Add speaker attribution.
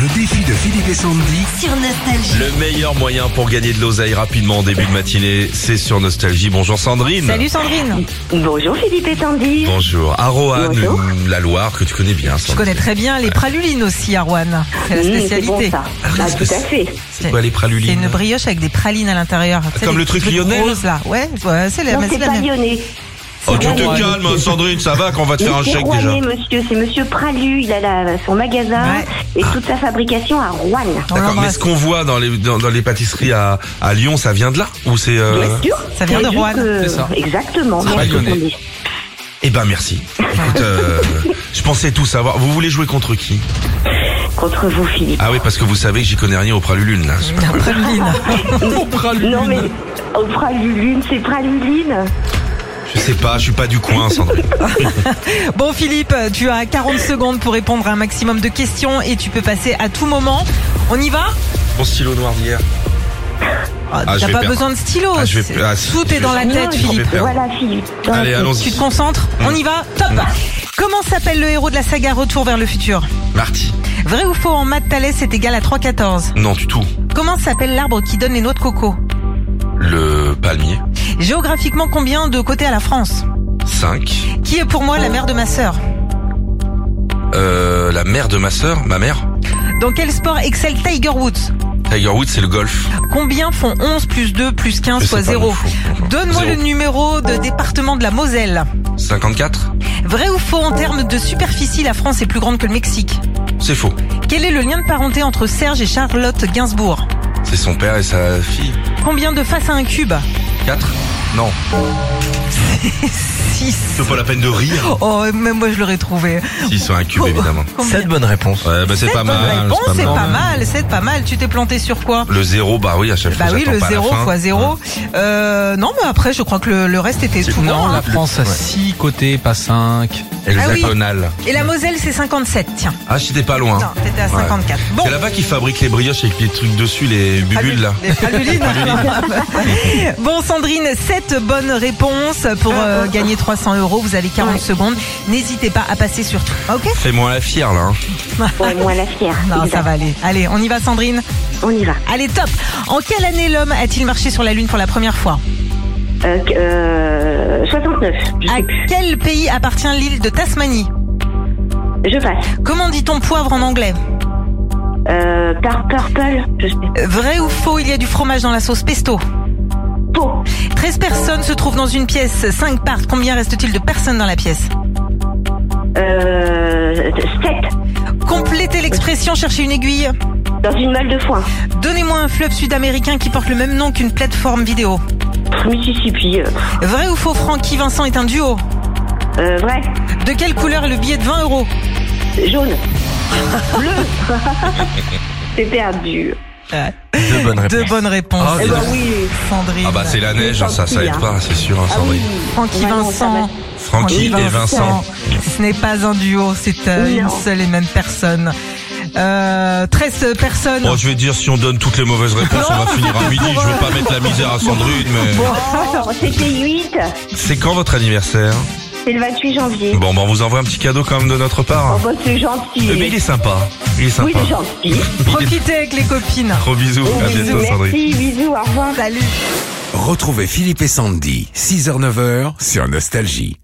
Speaker 1: Nostalgie de Philippe et Sandy.
Speaker 2: sur Nostalgie.
Speaker 3: Le meilleur moyen pour gagner de l'oseille rapidement en début de matinée, c'est sur Nostalgie. Bonjour Sandrine.
Speaker 4: Salut Sandrine,
Speaker 2: Bonjour Philippe et Sandy.
Speaker 3: Bonjour. À Roanne,
Speaker 2: Bonjour.
Speaker 3: euh, la Loire, que tu connais bien.
Speaker 4: je
Speaker 3: Sandrine.
Speaker 4: connais très bien les pralulines aussi à Rouen, c'est la
Speaker 2: Mmh, c'est bon
Speaker 4: spécialité.
Speaker 2: ça.
Speaker 3: Ah oui,
Speaker 2: Ah,
Speaker 3: parce
Speaker 2: tout
Speaker 3: que
Speaker 2: à fait.
Speaker 3: C'est quoi les
Speaker 4: c'est
Speaker 3: pralulines
Speaker 4: une brioche avec des pralines à l'intérieur. Tu sais,
Speaker 3: Comme
Speaker 4: les
Speaker 3: le truc
Speaker 4: trucs
Speaker 3: lyonnais,
Speaker 4: roses, là, ouais, ouais, c'est la,
Speaker 2: Non,
Speaker 4: mais
Speaker 2: c'est
Speaker 4: c'est la
Speaker 2: pas
Speaker 4: même.
Speaker 2: lyonnais.
Speaker 3: Oh, tu
Speaker 2: Rouen.
Speaker 3: te calmes Sandrine, ça va qu'on va te
Speaker 2: Mais
Speaker 3: faire un
Speaker 2: c'est
Speaker 3: chèque déjà.
Speaker 2: Rouennais, monsieur. C'est monsieur Pralu. Il a la- son magasin
Speaker 4: Ouais. Ah.
Speaker 2: et toute sa fabrication à Rouen.
Speaker 4: On
Speaker 3: D'accord, mais
Speaker 4: l'embrasse.
Speaker 3: ce qu'on voit dans les, dans, dans les pâtisseries à, à Lyon, ça vient de là Ou c'est... euh,
Speaker 2: Bien sûr.
Speaker 4: Ça vient de
Speaker 2: C'est juste
Speaker 4: Rouen,
Speaker 2: que-
Speaker 5: c'est ça.
Speaker 2: Exactement.
Speaker 5: pas
Speaker 2: Merci,
Speaker 5: lyonnais.
Speaker 2: Sandy.
Speaker 3: Eh ben merci. Écoute, euh, je pensais tout savoir. Vous voulez jouer contre qui
Speaker 2: Contre vous, Philippe.
Speaker 3: Ah oui, parce que vous savez que j'y connais rien aux pralulines. Là. C'est pas-
Speaker 4: La praluline.
Speaker 2: Non, mais oh, Praluline, c'est Praluline.
Speaker 3: Je sais pas, je suis pas du coin Sandrine.
Speaker 4: Bon Philippe, tu as 40 secondes pour répondre à un maximum de questions et tu peux passer à tout moment. On y va
Speaker 3: Mon stylo noir d'hier.
Speaker 4: Ah,
Speaker 3: Ah, je
Speaker 4: T'as
Speaker 3: vais
Speaker 4: pas
Speaker 3: perdre.
Speaker 4: besoin de stylo,
Speaker 3: Ah, je vais-
Speaker 4: c'est-
Speaker 3: ah, si,
Speaker 4: tout
Speaker 3: je
Speaker 4: est dans
Speaker 3: vais-
Speaker 4: la tête
Speaker 3: je vais
Speaker 4: Philippe.
Speaker 3: perdre.
Speaker 2: Voilà, Philippe. Dans la
Speaker 3: Allez,
Speaker 2: tête.
Speaker 3: allons-y.
Speaker 4: Tu te concentres,
Speaker 3: Mm.
Speaker 4: on y va, top Comment s'appelle le héros de la saga Retour vers le futur
Speaker 3: Marty.
Speaker 4: Vrai ou faux en maths Thalès est égal à 3,14
Speaker 3: Non, du tout.
Speaker 4: Comment s'appelle l'arbre qui donne les noix de coco
Speaker 3: Le palmier.
Speaker 4: Géographiquement, combien de côtés à la France
Speaker 3: 5.
Speaker 4: Qui est pour moi la mère de ma sœur
Speaker 3: Euh, la mère de ma sœur, ma mère.
Speaker 4: Dans quel sport excelle Tiger Woods
Speaker 3: Tiger Woods, c'est le golf.
Speaker 4: Combien font 11 plus 2 plus 15
Speaker 3: Je
Speaker 4: soit
Speaker 3: sais pas,
Speaker 4: 0
Speaker 3: mon fou.
Speaker 4: Donne-moi le
Speaker 3: Zéro.
Speaker 4: numéro de département de la Moselle.
Speaker 3: 54.
Speaker 4: Vrai ou faux en termes de superficie, la France est plus grande que le Mexique
Speaker 3: C'est faux.
Speaker 4: Quel est le lien de parenté entre Serge et Charlotte Gainsbourg
Speaker 3: C'est son père et sa fille.
Speaker 4: Combien de faces à un cube
Speaker 3: 4. Non.
Speaker 4: 6.
Speaker 3: C'est pas la peine de rire.
Speaker 4: Oh, même moi je l'aurais trouvé.
Speaker 3: S'ils sont un cube, évidemment.
Speaker 4: Combien
Speaker 5: Cette bonne réponse.
Speaker 3: Ouais, bah, c'est
Speaker 4: Cette
Speaker 3: pas
Speaker 4: bonne
Speaker 3: mal.
Speaker 4: réponse, c'est pas
Speaker 3: mal.
Speaker 4: mal, c'est pas mal. Tu t'es planté sur quoi
Speaker 3: Le zéro, bah oui, à chaque
Speaker 4: Bah
Speaker 3: fois.
Speaker 4: oui,
Speaker 3: j'attends
Speaker 4: le
Speaker 3: pas la
Speaker 4: 0
Speaker 3: fin.
Speaker 4: fois 0. Euh, non, mais après, je crois que le, le reste était tout bon.
Speaker 5: Non,
Speaker 4: hein.
Speaker 5: la France a 6 côtés, pas 5.
Speaker 3: Hexagonal.
Speaker 4: Et la Moselle, c'est 57, tiens.
Speaker 3: Ah, j'étais pas loin.
Speaker 4: Ah Non, t'étais à
Speaker 3: Ouais.
Speaker 4: 54. Bon.
Speaker 3: C'est là-bas qu'ils fabriquent les brioches avec les trucs dessus, les
Speaker 4: Praluline.
Speaker 3: bulles là.
Speaker 4: Les pralulines. bon, Sandrine, 7 bonnes réponses pour euh, gagner 300 euros. Vous avez 40 secondes. N'hésitez pas à passer sur tout. Ok
Speaker 3: Fais-moi la fière là. hein.
Speaker 2: Ouais, moi, la fière.
Speaker 4: Non, ça
Speaker 2: Exact.
Speaker 4: va aller. Allez, on y va, Sandrine.
Speaker 2: On y va.
Speaker 4: Allez, top. En quelle année l'homme a-t-il marché sur la Lune pour la première fois
Speaker 2: Euh, euh, 69. Je,
Speaker 4: À
Speaker 2: sais plus.
Speaker 4: quel pays appartient l'île de Tasmanie
Speaker 2: Je passe.
Speaker 4: Comment dit-on poivre en anglais
Speaker 2: Euh, par Purple. Je sais.
Speaker 4: Vrai ou faux, il y a du fromage dans la sauce pesto
Speaker 2: Pau.
Speaker 4: 13 personnes se trouvent dans une pièce, 5 partent. Combien reste-t-il de personnes dans la pièce
Speaker 2: Euh, 7.
Speaker 4: Complétez l'expression chercher une aiguille.
Speaker 2: Dans une malle de foin.
Speaker 4: Donnez-moi un fleuve sud-américain qui porte le même nom qu'une plateforme vidéo.
Speaker 2: Pff, Mississippi. euh,
Speaker 4: Vrai ou faux, Francky Vincent est un duo
Speaker 2: Euh, vrai.
Speaker 4: De quelle couleur est le billet de 20 euros
Speaker 2: Jaune. Bleu. C'est perdu.
Speaker 5: Deux bonnes
Speaker 4: Deux bonnes réponses.
Speaker 3: Ah,
Speaker 2: Eh ben oui.
Speaker 4: Sandrine.
Speaker 3: Ah bah c'est la neige, hein, ça ça aide pas, c'est sûr, hein,
Speaker 2: Ah oui.
Speaker 3: Sandrine.
Speaker 4: Francky
Speaker 2: Ouais, non, ça
Speaker 4: Vincent.
Speaker 3: Francky et Vincent.
Speaker 4: Ce n'est pas un duo, c'est euh,
Speaker 2: Non.
Speaker 4: une seule et même personne. Euh, 13 personnes.
Speaker 3: Oh, je vais dire, si on donne toutes les mauvaises réponses, on va finir à midi. Je veux pas mettre la misère à Sandrine, mais...
Speaker 2: va. Oh, C'était 8.
Speaker 3: C'est quand votre anniversaire
Speaker 2: C'est le 28 janvier.
Speaker 3: Bon, bah on vous envoie un petit cadeau quand même de notre part.
Speaker 2: Oh, bah, c'est gentil.
Speaker 3: Euh, Mais il est sympa. Il est sympa.
Speaker 2: Oui, c'est gentil.
Speaker 4: Profitez avec les copines.
Speaker 3: Gros bisous. à
Speaker 2: Bisous.
Speaker 3: bientôt, Sandrine.
Speaker 2: Merci. Bisous. Au revoir.
Speaker 4: Salut.
Speaker 1: Retrouvez Philippe et Sandy, 6h-9h sur Nostalgie.